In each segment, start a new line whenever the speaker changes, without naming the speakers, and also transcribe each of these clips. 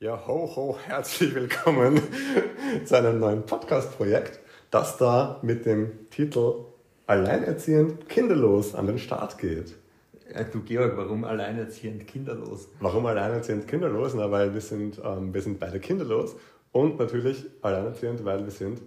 Ja, ho, ho, herzlich willkommen zu einem neuen Podcast-Projekt, das da mit dem Titel Alleinerziehend kinderlos an den Start geht.
Äh, Du Georg, warum alleinerziehend kinderlos?
Warum alleinerziehend kinderlos? Na, weil wir sind, ähm, wir sind beide kinderlos und natürlich alleinerziehend, weil wir sind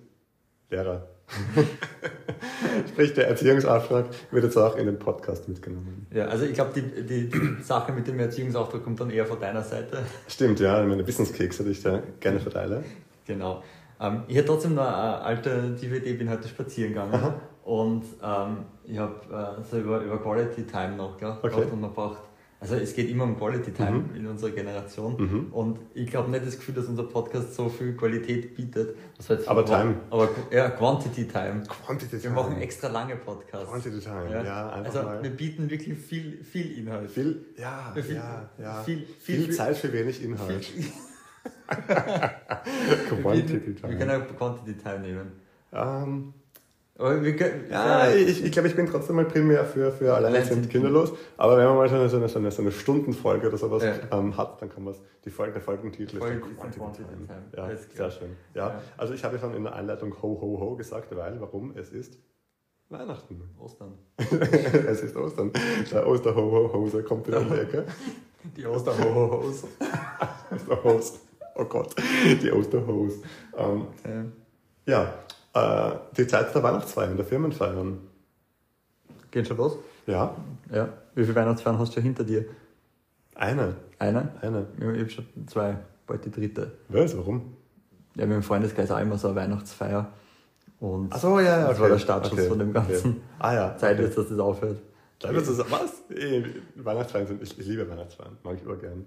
Lehrer. Sprich, der Erziehungsauftrag wird jetzt auch in den Podcast mitgenommen.
Ja, also ich glaube, die, die, die Sache mit dem Erziehungsauftrag kommt dann eher von deiner Seite.
Stimmt, ja, meine Wissenskekse, die ich da gerne verteile.
Genau. Ähm, ich hätte trotzdem noch eine alternative Idee, bin heute spazieren gegangen und ähm, ich habe äh, so über, über Quality Time noch gell,
Okay. Mhm.
gedacht und man braucht, also es geht immer um Quality Time in unserer Generation und ich glaube nicht das Gefühl, dass unser Podcast so viel Qualität bietet. Das war jetzt
Aber
Qua-
Time.
Aber ja, Quantity Time.
Quantity
Wir machen extra lange Podcasts.
Quantity Time, ja, einfach
Also
mal.
wir bieten wirklich viel, viel Inhalt.
Viel, ja,
Viel-
ja, ja.
viel- viel-
viel Zeit für wenig Inhalt. Quantity
wir, wir können
Time.
auch Quantity Time nehmen.
Ähm,
Aber wir können,
ja, ich, ich glaube, ich bin trotzdem mal primär für, für alleinerziehend
Alleinerziehend.
kinderlos. Aber wenn man mal so eine, so eine, so eine, so eine Stundenfolge oder sowas
Ja.
ähm, hat, dann kann man die Folge, der Folgentitel
Folge
dann
ist dann Quantity Time.
Ja,
Alles
sehr
klar.
schön. Ja,
Ja.
also ich habe schon in der Einleitung Ho, Ho, Ho gesagt, weil, warum? Es ist Weihnachten.
Ostern.
es ist Ostern. Der Oster Ho, Ho, Hose kommt wieder um die Ecke.
Die oh, Osterhohos.
Osterhose. Oh Gott, die Osterhose. Ähm,
Ja.
Ja, äh, die Zeit der Weihnachtsfeiern, der Firmenfeiern.
Geht schon los?
Ja,
Ja. Wie viele Weihnachtsfeiern hast du schon hinter dir?
eine,
Eine?
eine.
Ja, Ich habe schon zwei, bald die dritte.
Was, warum?
Ja, wir haben im Freundeskreis auch immer so eine Weihnachtsfeier. Und
Ach so, ja, ja.
Das war der Startschuss von dem Ganzen.
Okay. Ah ja.
Zeit ist, dass das aufhört.
Zeit ist es, was? Eh, Weihnachtsfeiern sind, ich, ich liebe Weihnachtsfeiern, mag ich urgern.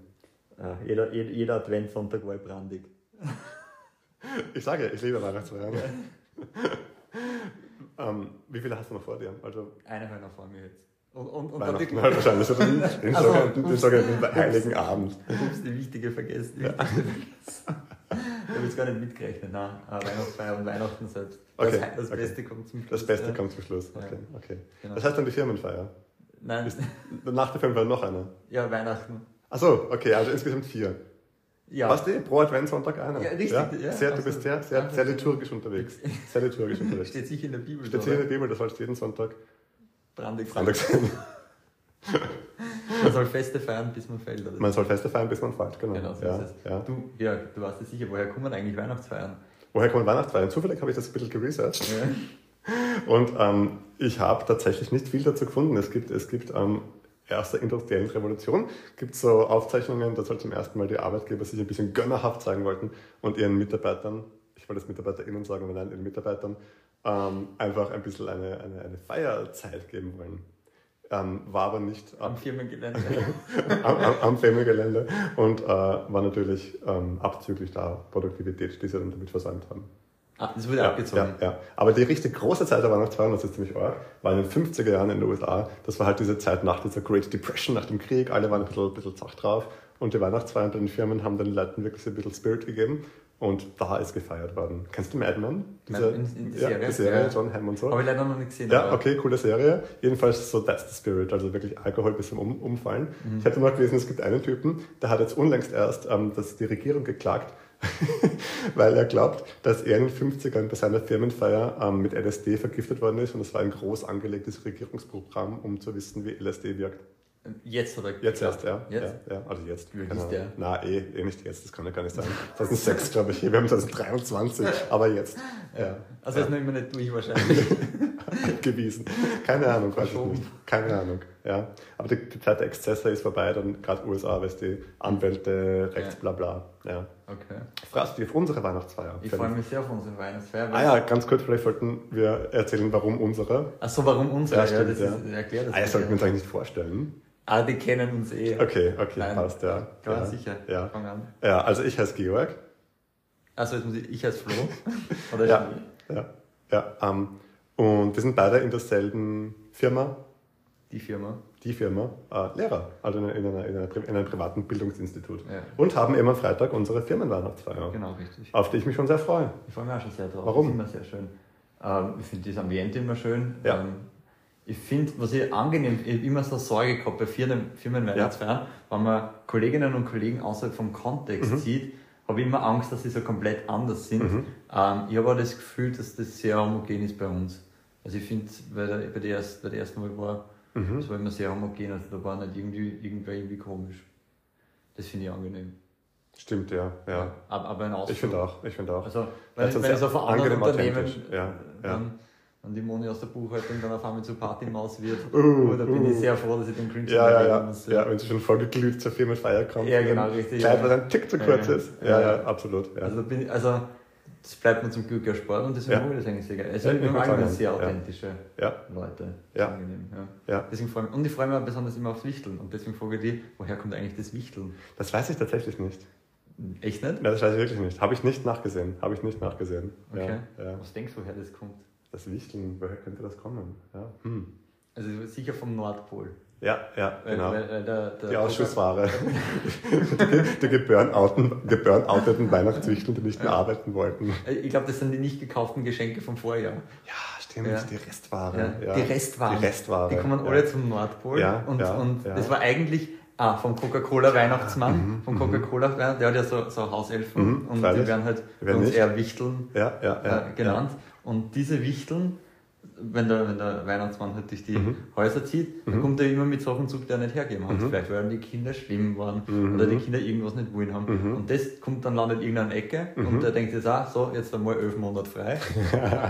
Ja, jeder, jeder, jeder Adventssonntag war brandig.
Ich sage ja, ich liebe Weihnachtsfeiern. ähm, wie viele hast du noch vor dir? Also
Eine Hörner vor mir jetzt. Und, und, und dann
Weihnachten
wirklich
halt wahrscheinlich, oder den, den,
Also,
sogenannten, den
ups.
sogenannten Heiligen Abend.
ups, die wichtige vergessen. Die wichtige vergessen. ich habe jetzt gar nicht mitgerechnet. Nein, äh, Weihnachtsfeier und Weihnachten selbst.
Okay,
Das, das
okay.
Beste kommt zum Schluss.
Das Beste
ja.
kommt zum Schluss.
Ja.
Okay, okay.
Genau.
Das heißt dann die Firmenfeier.
Nein,
Nach der Firmenfeier noch eine.
ja, Weihnachten.
Achso, okay, also insgesamt vier.
Ja.
Passt eh, pro Adventssonntag einer.
Ja, richtig, ja,
sehr, du
absolut.
bist sehr, sehr, sehr liturgisch unterwegs. Sehr liturgisch unterwegs.
Steht sicher in der Bibel.
Steht hier in der Bibel, das sollst jeden Sonntag
Brandig.
Sonntag sein.
Man soll Feste feiern, bis man fällt. Oder?
Man soll Feste feiern, bis man fällt, genau.
Genau, so
ja,
ist es.
ja.
Du, ja, du weißt ja sicher, woher kommen eigentlich Weihnachtsfeiern?
Woher kommen Weihnachtsfeiern? Zufällig habe ich das ein bisschen geresearched.
Ja.
Und ähm, ich habe tatsächlich nicht viel dazu gefunden. Es gibt, es gibt ähm, erst der industriellen Revolution gibt so Aufzeichnungen, dass halt zum ersten Mal die Arbeitgeber sich ein bisschen gönnerhaft zeigen wollten und ihren Mitarbeitern, ich wollte es MitarbeiterInnen sagen, aber nein, ihren Mitarbeitern, ähm, einfach ein bisschen eine, eine, eine Feierzeit geben wollen. Ähm, war aber nicht
Am
ab,
Firmengelände.
am, am, am Firmengelände und äh, war natürlich ähm, abzüglich der Produktivität, die sie dann damit versäumt haben.
ah, das wurde
Ja,
abgezogen.
Ja, ja. Aber die richtig große Zeit der Weihnachtsfeiern, das ist ziemlich arg, war in den 50er Jahren in den USA. Das war halt diese Zeit nach dieser Great Depression, nach dem Krieg. Alle waren ein bisschen, ein bisschen zach drauf. Und die Weihnachtsfeiern bei den Firmen haben den Leuten wirklich so ein bisschen Spirit gegeben. Und da ist gefeiert worden. Kennst du Mad Men?
Mad Men, die Serie?
Ja, die Serie,
Ja.
John Hamm und so.
Habe ich leider noch nicht gesehen.
Ja,
aber-
okay, coole Serie. Jedenfalls so That's the Spirit, also wirklich Alkohol bis zum um Umfallen.
Mhm.
Ich hatte mal gelesen, es gibt einen Typen, der hat jetzt unlängst erst ähm, dass die Regierung geklagt, weil er glaubt, dass er in den 50ern bei seiner Firmenfeier ähm, mit LSD vergiftet worden ist und das war ein groß angelegtes Regierungsprogramm, um zu wissen, wie LSD wirkt.
ähm, Jetzt oder?
Jetzt erst, ja.
Jetzt?
Ja, ja. Also jetzt.
Wie alt
Keine
ist der?
Ahnung. Na, eh, eh nicht jetzt, das kann ja gar nicht sein. 2006, glaube ich, wir haben 2023, aber jetzt. Ja.
Also ist noch immer nicht durch wahrscheinlich.
gewesen. Keine Ahnung, weiß ich
Verschoben.
nicht. Keine Ahnung, ja. Aber die, die Zeit der Exzesse ist vorbei, dann gerade USA, weißt du, Anwälte, Rechts,
Ja.
bla bla. Ja.
Okay.
Fragst du dich auf unsere Weihnachtsfeier?
Ich freue mich sehr auf unsere Weihnachtsfeier.
Ah ja, ganz kurz, vielleicht sollten wir erzählen, warum unsere.
Achso, warum unsere?
Ja, stimmt,
das
ja.
ist erklärt.
Ah, das sollten wir uns eigentlich nicht vorstellen.
Ah, die kennen uns eh.
Okay, okay,
Nein.
passt, ja.
Ganz
ja.
sicher.
Ja.
Fang an.
ja, also ich heiße Georg.
Also jetzt muss ich, ich heiße Flo. Oder
Ja, ja, ja. ähm, und wir sind beide in derselben Firma,
die Firma.
die Firma äh, Lehrer, also in, einer- in, einer, in, einer, Pri- in einem privaten Bildungsinstitut.
Ja.
Und haben immer Freitag unsere Firmenweihnachtsfeier,
Genau, richtig.
auf die ich mich schon sehr freue.
Ich freue mich auch schon sehr drauf.
Warum?
Das ist immer sehr schön. Ähm, ich finde das Ambiente immer schön.
Ja.
Ähm, ich finde, was ich angenehm, ich habe immer so Sorge gehabt bei Firmen, Firmenweihnachtsfeiern, wenn man Kolleginnen und Kollegen außerhalb vom Kontext
Mhm.
sieht, habe ich immer Angst, dass sie so komplett anders sind. Ähm, ich habe auch das Gefühl, dass das sehr homogen ist bei uns. Also ich finde, bei der, bei, der erst- bei der ersten Mal war,
Mhm.
das war immer sehr homogen, also da war nicht irgendwie, irgendwer irgendwie komisch. Das finde ich angenehm.
Stimmt, ja. ja.
Aber, aber ein Ausflug.
Ich finde auch, ich finde auch.
Also,
Das
wenn,
ist
ich- wenn
sehr
ich so von anderen
angenehm
Unternehmen
authentisch. Ja, ja.
Dann, dann die Moni aus der Buchhaltung dann auf einmal zur Partymaus wird, oh,
Uh,
da bin ich
uh.
sehr froh, dass ich den Cringe
ja, ja,
überleben
ja,
muss.
ja. Wenn sie schon vollgeglüht zur Firmenfeier kommt.
Ja,
und
genau,
dann
richtig,
Kleid,
ja.
was ein Tick zu
Ja,
kurz
ja.
ist. Ja,
Ja.
ja, absolut. Ja.
Also, da bin ich, also das bleibt mir zum Glück erspart und deswegen
Ja.
mag ich das eigentlich sehr geil. Also,
Ja,
wir
ich
haben
mag's auch
alle
gern.
sehr
Ja.
authentische
Ja.
Leute. Das
Ja.
ist Angenehm, ja.
ja.
Deswegen freue ich mich, und ich freue mich auch besonders immer aufs Wichteln. Und deswegen frage ich dich, woher kommt eigentlich das Wichteln?
Das weiß ich tatsächlich nicht.
Echt nicht?
Nein, das weiß ich wirklich nicht. Habe ich nicht nachgesehen. Habe ich nicht nachgesehen.
Okay.
Ja, ja.
Was denkst du, woher das kommt?
Das Wichteln, woher könnte das kommen? Ja, hm.
Also sicher vom Nordpol.
ja, ja
Weil-
genau.
weil, äh, der, der
Die Ausschussware. die ge- die geburnouten, geburnouteten Weihnachtswichteln, die nicht mehr arbeiten wollten.
Äh, Ich glaube, das sind die nicht gekauften Geschenke vom Vorjahr.
Ja, stimmt,
Ja.
die Restware.
Die Restwaren.
Die Restware.
Die kommen
ja.
alle zum Nordpol.
Ja,
und
ja,
und
ja.
das war eigentlich ah, vom Coca-Cola-Weihnachtsmann. Vom Coca-Cola-Weihnachtsmann, der hat ja so, so Hauselfen
Mhm,
und
freilich.
die werden halt
Die
bei
werden
uns
nicht.
eher Wichteln
Ja, ja, ja. genau.
äh, genannt. Und diese Wichteln, wenn der, wenn der Weihnachtsmann halt
Mhm.
durch die Häuser zieht, dann kommt er immer mit Sachen zu, die er nicht hergeben hat. Vielleicht weil die Kinder schlimm waren
Mhm.
oder die Kinder irgendwas nicht wollen haben. Und das kommt dann landet irgendeine Ecke
Mhm.
und der denkt jetzt auch, so, jetzt einmal elf Monate frei.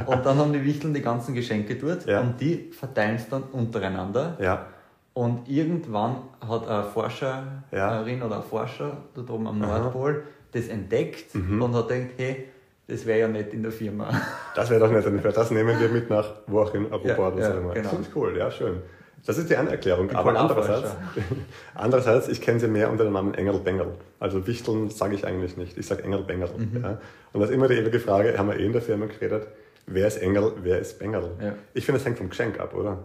und dann haben die Wichteln die ganzen Geschenke dort
Ja.
und die verteilen es dann untereinander.
Ja. ja.
Und irgendwann hat eine Forscherin
Ja.
oder ein Forscher dort oben am Nordpol das entdeckt
Mhm.
und hat gedacht, hey, das wäre ja nicht in der Firma.
Das wäre doch nett, dann wäre das nehmen wir mit nach wo auch in Europa
Ja,
oder
ja,
so. immer.
genau.
Das ist cool, ja, schön. Das ist die eine Erklärung. Aber
Polarforscher.
andererseits, andererseits, ich kenne sie mehr unter dem Namen Engel Bengel. Also Wichteln sage ich eigentlich nicht. Ich sage Engel Bengel.
Mhm.
Ja. Und das ist immer die ewige Frage, haben wir eh in der Firma geredet, wer ist Engel, wer ist Bengel?
Ja.
Ich finde, das hängt vom Geschenk ab, oder?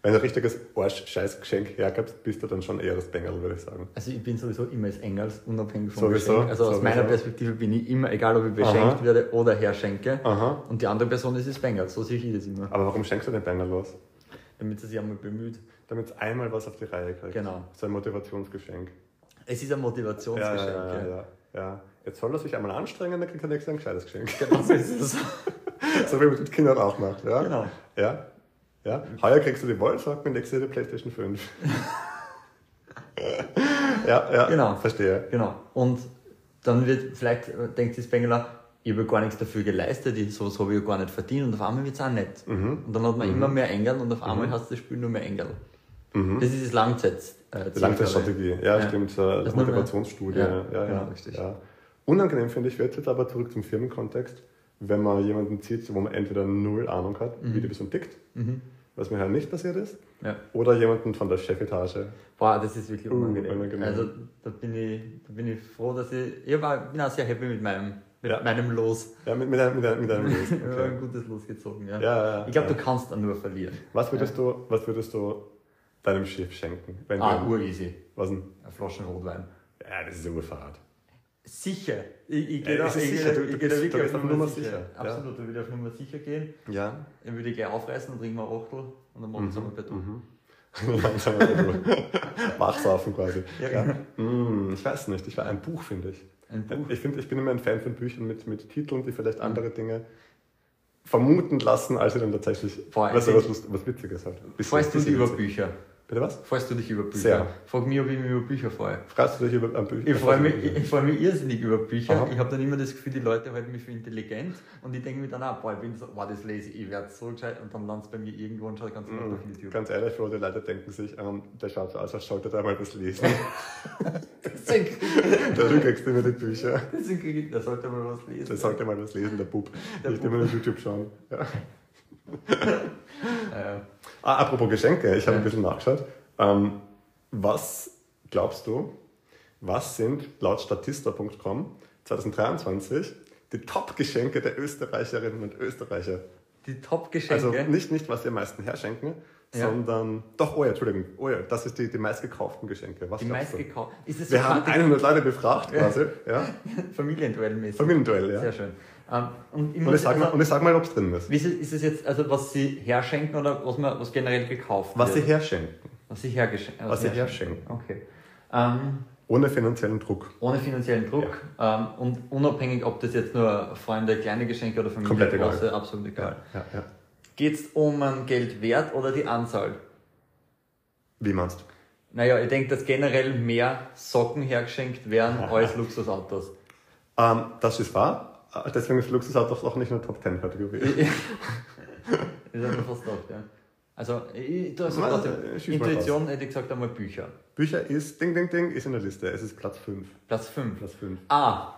Wenn du ein richtiges Arsch-Scheiß-Geschenk hergibst, bist du dann schon eher das Bengel, würde ich sagen.
Also ich bin sowieso immer als Engel, unabhängig vom
Sowieso,
Geschenk. Also aus
sowieso.
meiner Perspektive bin ich immer, egal ob ich beschenkt
Aha.
werde oder herschenke.
Aha.
Und die andere Person ist das Bengel, so sehe ich das immer.
Aber warum schenkst du den Bengel los?
Damit sie sich einmal bemüht.
Damit es einmal was auf die Reihe kriegt.
Genau.
So ein Motivationsgeschenk.
Es ist ein
Ja,
Motivationsgeschenk.
ja, ja, ja, ja. Jetzt soll er sich einmal anstrengen, dann kriegt er nächstes Jahr ein gescheites Geschenk.
Genau so ist es.
so wie man mit Kindern auch macht. Ja?
Genau.
Ja? Ja? Heuer kriegst du die Wollsocken, nächstes Jahr die Playstation 5. ja, ja,
Genau.
verstehe.
Genau. Und dann wird, vielleicht äh, denkt sich Spengler, ich habe ja gar nichts dafür geleistet, ich, sowas habe ich ja gar nicht verdient und auf einmal wird es auch nett.
Mhm.
Und dann hat man immer mehr Engel und auf einmal hast du das Spiel nur mehr Engel.
Mhm.
Das ist das Langzeit. Äh,
Die Langzeitstrategie, ja, stimmt, äh,
Das
das
nur mal-
Motivationsstudie.
Ja,
Ja, ja,
genau,
ja,
richtig.
Unangenehm finde ich wird jetzt aber zurück zum Firmenkontext, wenn man jemanden zieht, wo man entweder null Ahnung hat,
Mhm.
wie die Person tickt, was mir halt nicht passiert ist,
Ja.
oder jemanden von der Chefetage.
Boah, das ist wirklich
Uh,
unangenehm.
unangenehm.
Also da bin ich, da bin ich froh, dass ich. Ich war, bin auch sehr happy mit meinem, mit
Ja.
meinem Los.
Ja, mit, mit einem, mit einem, mit einem Lösen.
Ich habe ein gutes Los gezogen, ja.
Ja, ja, ja.
ich glaube,
ja.
du kannst dann nur verlieren.
Was würdest du, was würdest du deinem Chef schenken? Wenn
Ah,
du,
ureasy.
was denn?
Eine Flasche Rotwein.
Ja, das ist ja Urfahrt.
Sicher. Ich, ich
Ja,
gehe da,
es ist
ich geh
sicher,
da,
du-
ich
du
geh da
bist- du
wirklich
bist
auf
auf
Nummer
Nummer
sicher.
sicher, ja.
Absolut, da würde ich auf Nummer sicher gehen.
Ja.
Dann würde ich gleich aufreißen und trinken wir ein Achtel und dann machen wir es einmal bei du.
Mhm. Langsam aber so. Wachsaufen quasi.
Ja,
Ja.
genau.
Mm, ich weiß nicht, ich war ein Buch, finde ich.
Ein Buch. Mhm.
Ich, finde, ich bin immer ein Fan von Büchern mit, mit Titeln, die vielleicht andere Dinge vermuten lassen, als sie dann tatsächlich
Vor allem-
weißt du, was, Lust, was Witziges hat.
Freust du dich über
Bücher?
Bücher?
Bitte was?
Freust du dich über Bücher?
Sehr.
Frag mich, ob ich mich über Bücher freue.
Freust du dich über ein Bücher?
Ich freue mich, ich freu mich irrsinnig über Bücher.
Aha.
Ich habe dann immer das Gefühl, die Leute halten mich für intelligent und ich denke mir dann auch, boah, ich bin so, boah, das lese ich, ich werde so gescheit und dann landet bei mir irgendwo und schaut ganz
Mhm.
normal auf YouTube.
Ganz ehrlich, Leute, Leute denken sich, ähm, der schaut so aus, als sollte da mal was lesen.
Deswegen
Dadurch kriegst du immer die Bücher.
deswegen krieg ich- da sollte man was lesen.
Der sollte mal was lesen, der Bub.
Der
Nicht
Bub.
immer auf YouTube schauen. Ja.
Äh,
Ah, apropos Geschenke, ich habe
Ja.
ein bisschen nachgeschaut. Ähm, was glaubst du, was sind laut statista.com 2023 die Top-Geschenke der Österreicherinnen und Österreicher?
die Top-Geschenke.
Also nicht, nicht, was sie am meisten herschenken, Ja. sondern doch, oh ja, Entschuldigung, oh ja, das ist die, die meistgekauften Geschenke.
Was die meistgekauften.
Ist das so Wir haben 100 Leute befragt quasi. Ja.
Familienduell-mäßig.
Familienduell, ja.
Sehr schön. Ähm, und,
und, ich sag also, mal, und ich sag mal, ob es drin ist.
Wie ist, es, ist es jetzt, also was sie herschenken oder was, man, was generell gekauft
was wird? Was sie herschenken.
Was sie, hergeschenken,
was, was sie herschenken.
Okay. Ähm,
ohne finanziellen Druck.
Ohne finanziellen Druck. Ja. Ähm, und unabhängig, ob das jetzt nur Freunde, kleine Geschenke oder Familie,
Komplett egal.
große, absolut egal.
Ja, ja,
Geht es um einen Geldwert oder die Anzahl?
Wie meinst du?
Naja, ich denke, dass generell mehr Socken hergeschenkt werden als Luxusautos.
Ähm, das ist wahr. Äh, Deswegen ist Luxusautos auch nicht in der Top 10 Kategorie.
das hat mir fast gedacht, ja. Also, ich, du hast Nein, also, Intuition hätte ich gesagt einmal Bücher.
Bücher ist, ding, ding, ding, ist in der Liste. Es ist Platz 5.
Platz 5.
Platz 5.
Ah,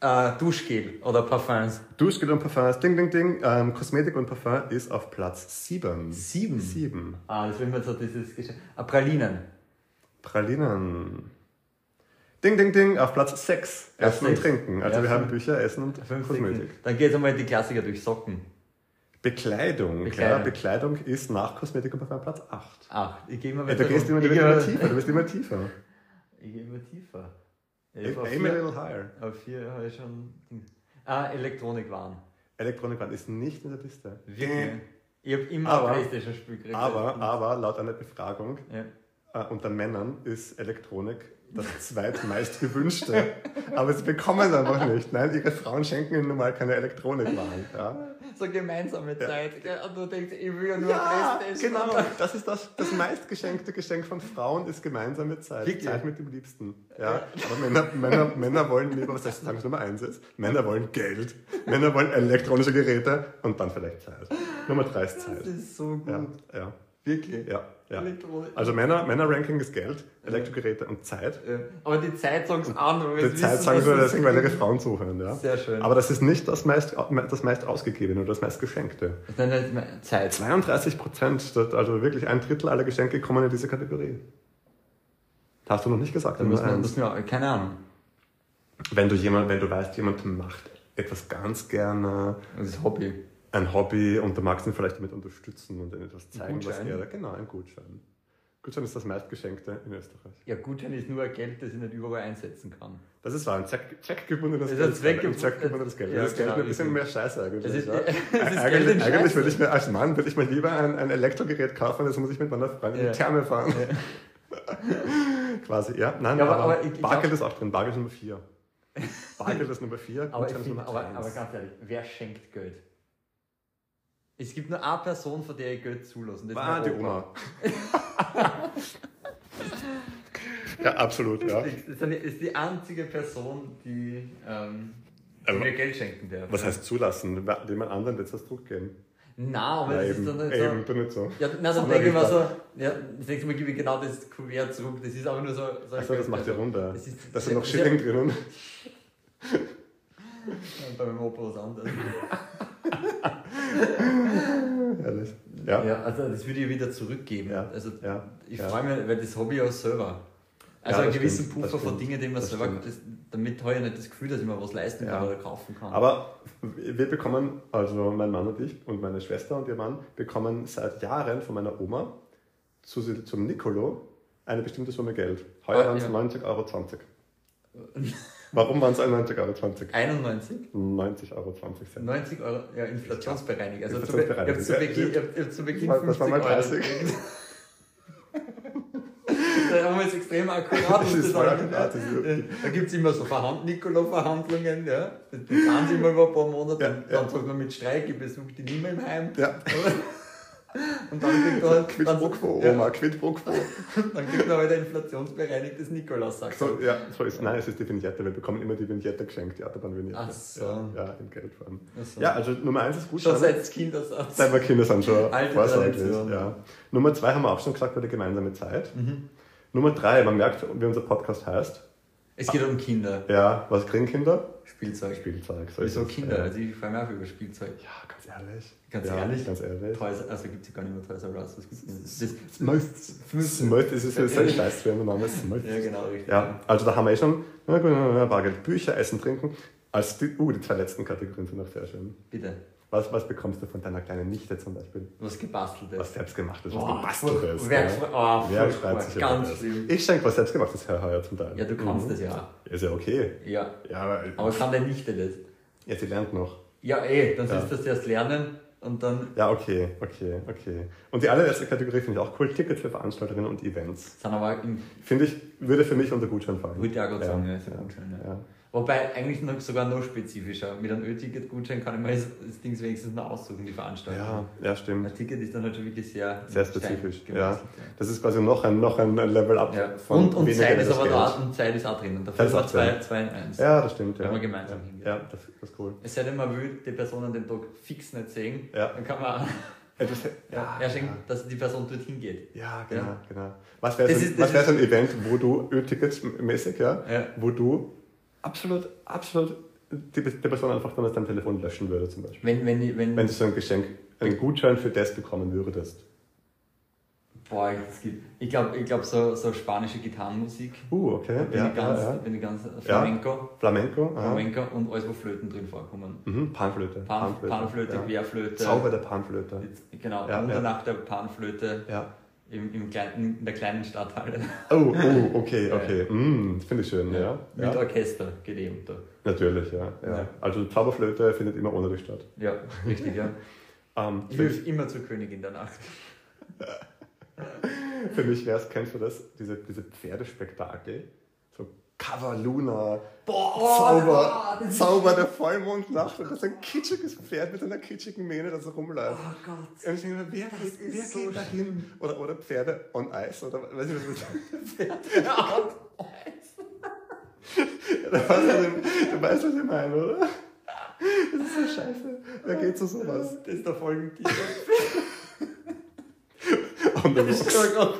äh, Duschgel oder Parfums?
Duschgel und Parfums, ding, ding, ding. Ähm, Kosmetik und Parfum ist auf Platz 7.
7?
7.
Ah, das will man so dieses Geschenk. Ah, Pralinen.
Pralinen. Ding, ding, ding, auf Platz 6.
Platz
Essen
sechs.
und Trinken. Also
Ja,
wir haben
fünf.
Bücher, Essen und Kosmetik.
Dann geht es einmal die Klassiker durch Socken.
Bekleidung.
Bekleidung.
Ja, Bekleidung ist nach Kosmetik und Parfum Platz 8.
Ach, Ah, ich gehe mal
Ja, du
weiter
gehst
rum.
immer, du
Ich
wirst
geh
immer
mal-
tiefer, du wirst immer tiefer.
Ich gehe immer tiefer. Ja,
Aim
auf
a
vier-
little higher.
Auf vier habe ich schon. Dings. Ah, Elektronikwaren.
Elektronikband ist nicht in der Liste.
Wirklich. Ich habe immer
Aber-
ein Playstation-Spiel gekriegt.
Aber, aber laut einer Befragung
Ja.
äh, unter Männern ist Elektronik das zweitmeist gewünschte. Aber sie bekommen es einfach nicht. Nein, ihre Frauen schenken ihnen nun mal keine Elektronikwaren. Ja,
So gemeinsame Zeit. gell? Und du denkst, ich will ja nur
ja
Playstation.
genau. Das ist das, das meistgeschenkte Geschenk von Frauen ist gemeinsame Zeit.
Wirklich? Äh.
Zeit mit dem Liebsten. Ja, aber Männer, Männer, Männer wollen lieber, was heißt das Nummer eins ist? Männer wollen Geld. Männer wollen elektronische Geräte und dann vielleicht Zeit. Nummer drei ist Zeit.
Das ist so gut.
Ja, ja,
Wirklich.
ja. ja.
Elektronik.
Also Männer, Männer-Ranking ist Geld, Elektrogeräte und Zeit.
Ja. Äh, Aber die Zeit sagen es an, weil wir
Die
es
Zeit
wissen,
sagen
dass
sie,
es-
dass irgendwelche Frauen zuhören. Ja.
Sehr schön.
Aber das ist nicht das meist, das meist ausgegebene oder das meist geschenkte.
Das nennt man jetzt mal Zeit.
32 Prozent, also wirklich ein Drittel aller Geschenke kommen in diese Kategorie. Hast du noch nicht gesagt.
Da
Nummer
muss man,
eins.
muss man, keine Ahnung.
Wenn du jemand, wenn du weißt, jemand macht etwas ganz gerne,
Das ist Hobby.
ein Hobby und du magst ihn vielleicht damit unterstützen und ihm etwas zeigen, was
Gutschein?
er genau ein Gutschein. Gutschein ist das meistgeschenkte in Österreich.
Ja, Gutschein ist nur ein Geld, das ich nicht überall einsetzen kann.
Das ist wahr, ein Zweck, zweckgebundenes
Das
Geld.
ist ein zweckgeb-
ein zweckgebundenes Geld.
Ja,
das Geld
genau,
ist ein bisschen
richtig.
mehr Scheiße eigentlich.
Das ist-
ja.
das ist Geld in
eigentlich
Scheiße.
eigentlich würde ich mir als Mann würde ich mir lieber ein, ein Elektrogerät kaufen, das muss ich mit meiner Freundin
Ja.
in die Therme fahren. Quasi, ja. Nein,
Ja, aber-
aber,
aber ich- ich
Bargeld
glaub-
ist auch drin. Bargeld ist Nummer 4. Bargeld ist Nummer 4,
Aber, ich
Gutschein ist
finde,
Nummer
aber,
1.
aber ganz ehrlich, wer schenkt Geld? Es gibt nur eine Person, von der ich Geld zulassen. Das ist
Ah,
mein
die
Opa.
Oma. ja, absolut, ja.
Das ist eine- ist die einzige Person, die, ähm, die
Aber-
mir Geld schenken darf.
Was heißt zulassen? Jemand anderen wird das Druck geben.
Na, aber
Ja,
das ist
eben,
dann nicht
eben,
so.
tu nicht so.
Ja, na, dann
Aber
denke ich mir
richtig.
so, ja, das nächste Mal gebe ich genau das Kuvert zurück. Das ist aber nur so. so ein
Achso, das
Geld-
macht die Runde.
Das ist-
Da sind noch
das-
Schilling drinnen.
Bei meinem Opa was anderes.
Herrlich. Ja. ja.
Ja, also das würde ich wieder zurückgeben.
Ja,
Also
ja,
ich
ja.
freue mich, weil das habe ich auch selber. Also
Ja,
einen
das
gewissen
stimmt, das
Puffer von
stimmt,
Dingen, die man
das
selber,
stimmt.
das, damit habe ich nicht das Gefühl, dass ich mir was leisten
Ja.
kann oder kaufen kann.
Aber wir bekommen, also mein Mann und ich und meine Schwester und ihr Mann, bekommen seit Jahren von meiner Oma zu, zum Nicolo eine bestimmte Summe Geld. Heuer
Ah,
waren es
ja.
90,20 Euro. Warum waren es 91,20 Euro?
91,
90,20 Euro.
90 Euro, ja, inflationsbereinigt. Also zu, Be- ich
Inflationsbereinigt,
habe zu
ja,
Beginn, ich hab, ich hab zu Beginn
Das war-
50
das war mal 30.
Euro. Da haben wir jetzt extrem akkurat.
Das
uns
ist voll
angehört.
akkurat, das ist wirklich-
halt- Da gibt es immer so Verhand Nicolo-Verhandlungen, ja. Die zahlen sie immer über ein paar Monate.
Ja,
und
ja.
Dann sagt man mit Streik, ich besuche die nicht mehr im Heim.
Ja,
Und dann kriegt er halt,
quid pro quo,
ja,
Oma, quid pro quo.
dann kriegt er halt ein inflationsbereinigtes nikolaus
So, ja, so ist Nein, es ist die Vignette. Wir bekommen immer die Vignette geschenkt, die Autobahn-Vignette.
Ach so.
Ja, ja, im Geld vor allem.
Ach so.
Ja, also Nummer eins ist gut.
Schon seit Kindersatz.
Seit wir Kinder sind schon
Alte
vorsorglich.
Tradition.
halt Ja. Nummer zwei haben wir auch schon gesagt bei der gemeinsamen Zeit.
Mhm.
Nummer drei, man merkt, wie unser Podcast heißt.
Es geht um Kinder.
Ja, was kriegen Kinder?
Spielzeug.
Spielzeug. So
Wieso
ist es.
Kinder?
Ja,
Also ich freue mich auch über Spielzeug.
Ja, ganz ehrlich.
Ganz
ja,
ehrlich?
Ganz ehrlich.
Toys, also gibt es gar nicht mehr Toys R Us. Was gibt's denn? Das,
Smith ist es ist ein scheiß Firmenname. Smith.
ja, genau, richtig.
Ja, also da haben wir eh schon na gut, na, na, Bargeld, Bücher, Essen, Trinken. Also die, uh, die zwei letzten Kategorien sind auch sehr schön.
Bitte.
Was Was, was bekommst du von deiner kleinen Nichte zum Beispiel?
Was gebasteltes.
Was selbstgemachtes,
Boah,
was gebasteltes.
voll- wer- oh,
Wer
voll-
schreibt sich Mhm.
ganz
etwas?
schlimm.
Ich schenke was selbstgemachtes her heuer zum Teil.
Ja, du kannst das ja.
Ist ja okay.
Ja.
Ja, aber
Aber kann der Nichte das?
ja, sie lernt noch.
Ja, eh, das
Ja.
ist das erst Lernen und dann
Ja, okay, okay, okay. Und die allererste Kategorie finde ich auch cool. Tickets für Veranstalterinnen und Events.
sind aber in
Finde ich, würde für mich unter Gutschein fallen.
Würde ich auch gerade
Ja,
sagen, ja, ist ja ganz schön, ja.
ja.
Wobei eigentlich noch, sogar noch spezifischer. Mit einem Ö-Ticket-Gutschein kann ich mir das, das Ding wenigstens noch aussuchen, die Veranstaltung.
Ja, ja, stimmt.
Ein Ticket ist dann halt schon wirklich sehr,
Sehr
in Stein
spezifisch. Ja.
gemeißelt,
Das ist quasi noch ein, noch ein Level up
ja. genau, Ja. Und, und
weniger
Zeit ist
das
aber
Geld.
da und Zeit ist auch drin. Und dafür
Zeit
ist
ist
auch
auch
2
drin.
zwei, in 1.
Ja, das stimmt.
Wenn
ja.
man gemeinsam
ja.
hingeht.
Ja, das, das ist cool.
Es sei denn, man will die Person an dem Tag fix nicht sehen,
Ja.
dann kann man auch
Etwas,
ja, schenken, dass die Person dorthin geht.
Ja,
Ja.
genau, genau. Was wäre
Das
so,
ist-
ein-
das
was wär so ein Event, wo du Ö-Tickets mäßig, ja,
Ja.
wo du absolut, absolut die, die Person einfach dann aus deinem Telefon löschen würde zum Beispiel.
Wenn, wenn, ich- wenn,
Wenn du so ein Geschenk, einen Gutschein für das bekommen würdest.
boah, es gibt, ich glaube, ich glaub, so, so spanische Gitarrenmusik,
Uh, okay.
bin, ich ganz, bin ich ganz Flamenco,
Flamenco. aha.
Flamenco und alles, wo Flöten drin vorkommen.
Mhm, Panflöte.
Pan, Panflöte,
ja.
Querflöte.
Zauber der Panflöte.
Jetzt- Genau,
Ja,
und
ja.
danach der Panflöte
Ja.
im, im kleinen, in der kleinen halt. Stadthalle.
Oh, oh, okay, okay. Mm, Finde ich schön, ja.
Mit
ja.
Orchester geht eh eben da.
Natürlich, ja, ja.
Ja.
Also Zauberflöte findet immer ohne dich statt.
Ja, richtig, ja.
Ähm,
Ich
für,
will immer zur Königin der Nacht.
für mich wäre es, kennst du das, diese, diese Pferdespektakel? So Cover Luna, Zauber,
das ist-
Zauber der Vollmondnacht und das ist ein kitschiges Pferd mit einer kitschigen Mähne, das so rumläuft.
Oh Gott.
Und ich denke mir, wer geht, wer
ist so
geht da hin? Oder, oder Pferde on Eis oder weiß ich was. Du weißt, was ich, du weißt, was ich meine, oder? Das ist so scheiße. Wer geht zu sowas?
Das ist der Folgentitel.
On the
Ich
rocks.
stelle mir grad-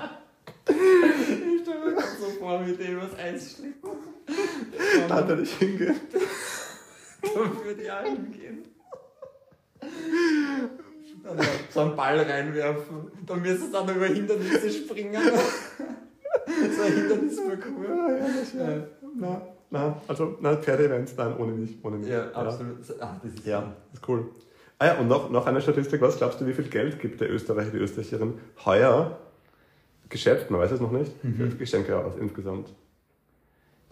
Ich stelle mir grad so vor, wie der übers Eis schlägt.
Da hat er nicht hingehen.
Dann würde ich auch hingehen. Dann so einen Ball reinwerfen. Dann müsstest du dann über Hindernisse springen. so ein Hindernisparcours.
Ah, Ja, ja, das
Ja.
ja. Na, na, also, na, Pferde-Events, nein, ohne mich, ohne mich.
Ja, absolut. Ach, das ist
Ja, ist cool. Ah ja, und noch, noch eine Statistik. Was glaubst du, wie viel Geld gibt der Österreicher, die Österreicherin heuer? Geschätzt, man weiß es noch nicht.
Mhm.
Für Geschenke aus insgesamt.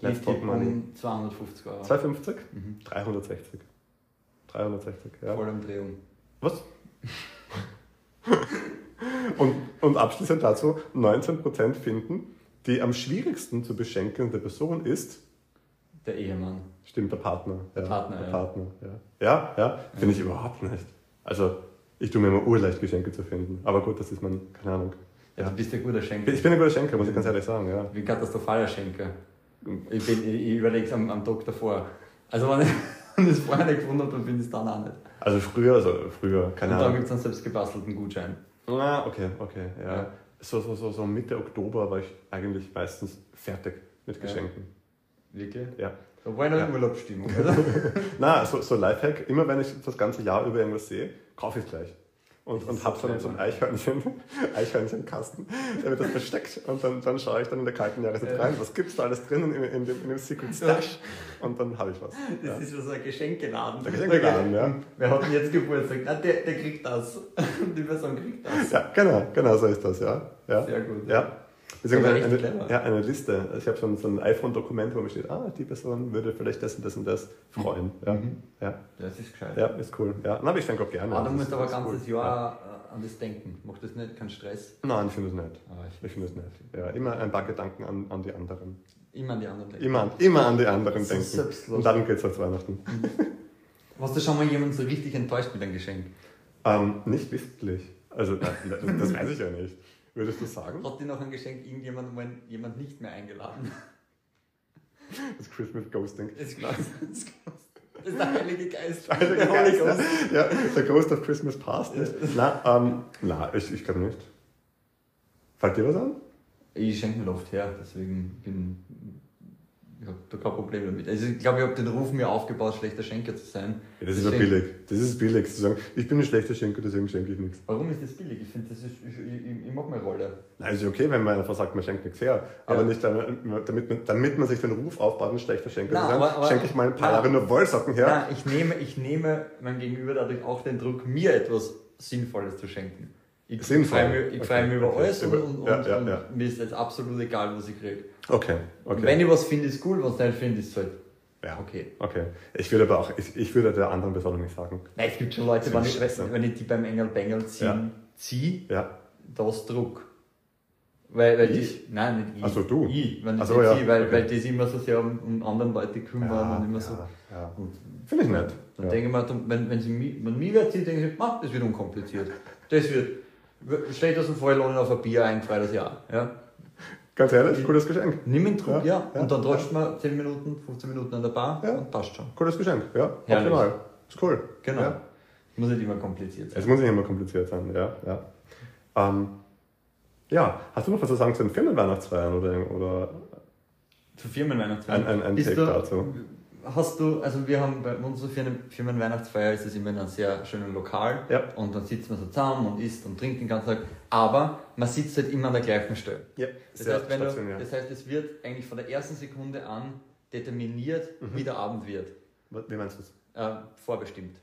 Let's
Ich
talk
gebe
money.
um 250 Euro.
250? 360. 360, ja.
Voll am Dreh um.
Was? und, und abschließend dazu, 19% finden, die am schwierigsten zu beschenkende Person ist,
Der Ehemann.
stimmt, der Partner. Der
Partner,
der
ja.
Partner, ja. Ja, ja, finde ich überhaupt nicht. Also, ich tue mir immer urleicht, Geschenke zu finden. Aber gut, das ist man, keine Ahnung.
Ja,
Ja.
Also, du bist ein guter
Ich
Schenker.
bin- Ich bin ein guter Schenker, muss ich ganz ehrlich sagen, ja.
Ich bin katastrophaler Schenker. Ich, bin- ich, ich überlege es am, am Tag davor. Also wenn ich es vorher nicht gefunden habe, dann bin ich es dann auch nicht.
Also früher, also früher,
Und
keine
dann
Ahnung.
gibt es einen selbst gebastelten Gutschein.
Ah, okay, okay, ja.
Ja.
So, so, so, so Mitte Oktober war ich eigentlich meistens fertig mit
Ja.
Geschenken.
Wirklich?
Ja.
Da war ich noch in
Ja.
Urlaubsstimmung, Also, oder?
Na, so, so Lifehack, immer wenn ich das ganze Jahr über irgendwas sehe, kaufe ich es gleich. Und,
Das
und
ist
hab
so
dann so
clever.
einen Eichhörnchen, Eichhörnchenkasten, der wird das versteckt und dann, dann schaue ich dann in der kalten Jahreszeit
Ja.
rein, was gibt's da alles drinnen in, in, dem, in dem Secret Stash und dann habe ich was.
Das ist schon so ein Geschenkeladen.
Der Geschenkeladen, ja.
Wer hat denn jetzt Geburtstag? Na, der, der kriegt das. Die Person kriegt das.
Ja, genau, genau so ist das, ja. ja.
Sehr gut.
Ja. Beziehungsweise
echt
eine,
clever.
ja, eine Liste. Also ich habe so ein, so ein iPhone-Dokument, wo mir steht, ah, die Person würde vielleicht das und das und das freuen. Ja, ja.
Das ist gescheit.
ja ist cool. Ja, na, aber ich schenke auch gerne.
Mhm. Ah, du
Das
musst
ist-
aber ein
ist
ganzes
cool. Ja.
Jahr äh, an das denken. Mach das nicht, kein Stress.
Nein, ich finde es nicht.
Aber ich,
Ich finde es nicht. Ja, immer ein paar Gedanken an, an die anderen.
immer an die anderen denken.
Immer, an- immer an die anderen
Das ist
denken.
selbstlos.
Und dann geht's auf Weihnachten.
Warst du schon mal jemanden so richtig enttäuscht mit einem Geschenk?
Ähm, nicht wissentlich. Also, na, na, das weiß ich ja nicht. Würdest du sagen,
Hat dir noch ein Geschenk irgendjemand mal jemand nicht mehr eingeladen?
das Christmas Ghosting?
Das ist, das ist der Heilige Geist.
Also,
der Heilige Geist.
ja, der Ghost of Christmas Past. Nicht? Na, ähm, na, ich, ich glaube nicht. Fällt dir was an?
Ich schenke mir oft her, deswegen bin, habe da kein Problem damit. Also ich glaube, ich habe den Ruf mir aufgebaut, schlechter Schenker zu sein.
Ja, das ist aber
Deswegen-
billig. Das ist billig zu sagen, ich bin ein schlechter Schenker, deswegen schenke ich nichts.
Warum ist das billig? Ich finde, das ist, ich, ich, ich mag meine Rolle.
Nein, ist ja okay, wenn man einfach sagt, man schenkt nichts her. Aber
Ja.
nicht, damit, damit man, damit man sich den Ruf aufbaut, ein schlechter Schenker
Nein,
zu sein,
aber- aber-
schenke ich mal ein paar
Nein.
Jahre nur Wollsocken her.
Ja. ich nehme, ich nehme mein Gegenüber dadurch auch den Druck, mir etwas Sinnvolles zu schenken. Ich
Sinnvoll.
freue mich, ich freue mich
Okay,
über
okay.
alles und,
Über-
und,
ja,
und,
ja, ja.
und mir ist jetzt absolut egal, was ich kriege.
Okay,
Und
okay.
Wenn ich was finde, ist cool, was nicht finde, ist halt.
ja.
Okay.
Okay. Ich würde aber auch, ich, ich würde der anderen Person nicht sagen.
Nein, es gibt schon Leute, wenn ich,
Scheiße.
wenn ich die beim Engel Bengel ziehen,
ne? Ja.
zieh,
Ja.
da ist Druck. Weil, weil
Ich?
Die, nein, nicht ich.
Ach so, du.
Ich, wenn ich
Ach so,
die
ja,
zieh, weil,
okay.
weil die sich immer so sehr um, um anderen Leute kümmern und immer so.
ja.
Und
Finde ich nett.
Dann denke ich mir, dann- wenn, wenn sie mi- wenn mich wer zieht, denke ich, mach, das wird unkompliziert. Das wird, stell das und vorher auf ein Bier ein, freies Jahr. Ja?
Ganz ehrlich, cooles Geschenk.
Nimm den Druck, ja,
Ja, ja,
und dann trotscht man 10 Minuten, 15 Minuten an der Bar
Ja.
und passt schon.
Cooles Geschenk, ja.
Herrlich.
Optimal. Ist cool.
Genau.
Ja.
Muss nicht immer kompliziert sein.
Es muss nicht immer kompliziert sein, ja. Ja. Ähm, ja, hast du noch was zu sagen zu den Firmenweihnachtsfeiern oder, oder
Zu Firmenweihnachtsfeiern.
ein, ein, ein
Bist
Take
du-
dazu?
Hast du, also wir haben bei unserer Firmen- Firmenweihnachtsfeier ist es immer in einem sehr schönen Lokal
Ja.
und dann sitzt man so zusammen und isst und trinkt den ganzen Tag, aber man sitzt halt immer an der gleichen Stelle.
Ja,
Das
sehr
heißt, wenn du,
stationär.
das heißt, es wird eigentlich von der ersten Sekunde an determiniert,
Mhm.
wie der Abend wird.
Wie meinst du das?
Äh, vorbestimmt.